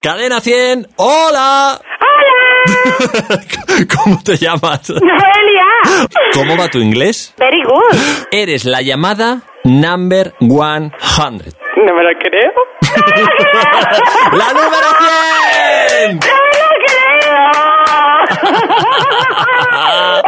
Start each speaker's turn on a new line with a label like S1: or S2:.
S1: Cadena 100, hola.
S2: ¡Hola!
S1: ¿Cómo te llamas?
S2: ¡Noelia!
S1: ¿Cómo va tu inglés?
S2: ¡Very good!
S1: Eres la llamada number 100.
S2: No me lo creo. ¡No
S1: ¡La
S2: me lo creo!
S1: número 100!
S2: ¡No me lo creo!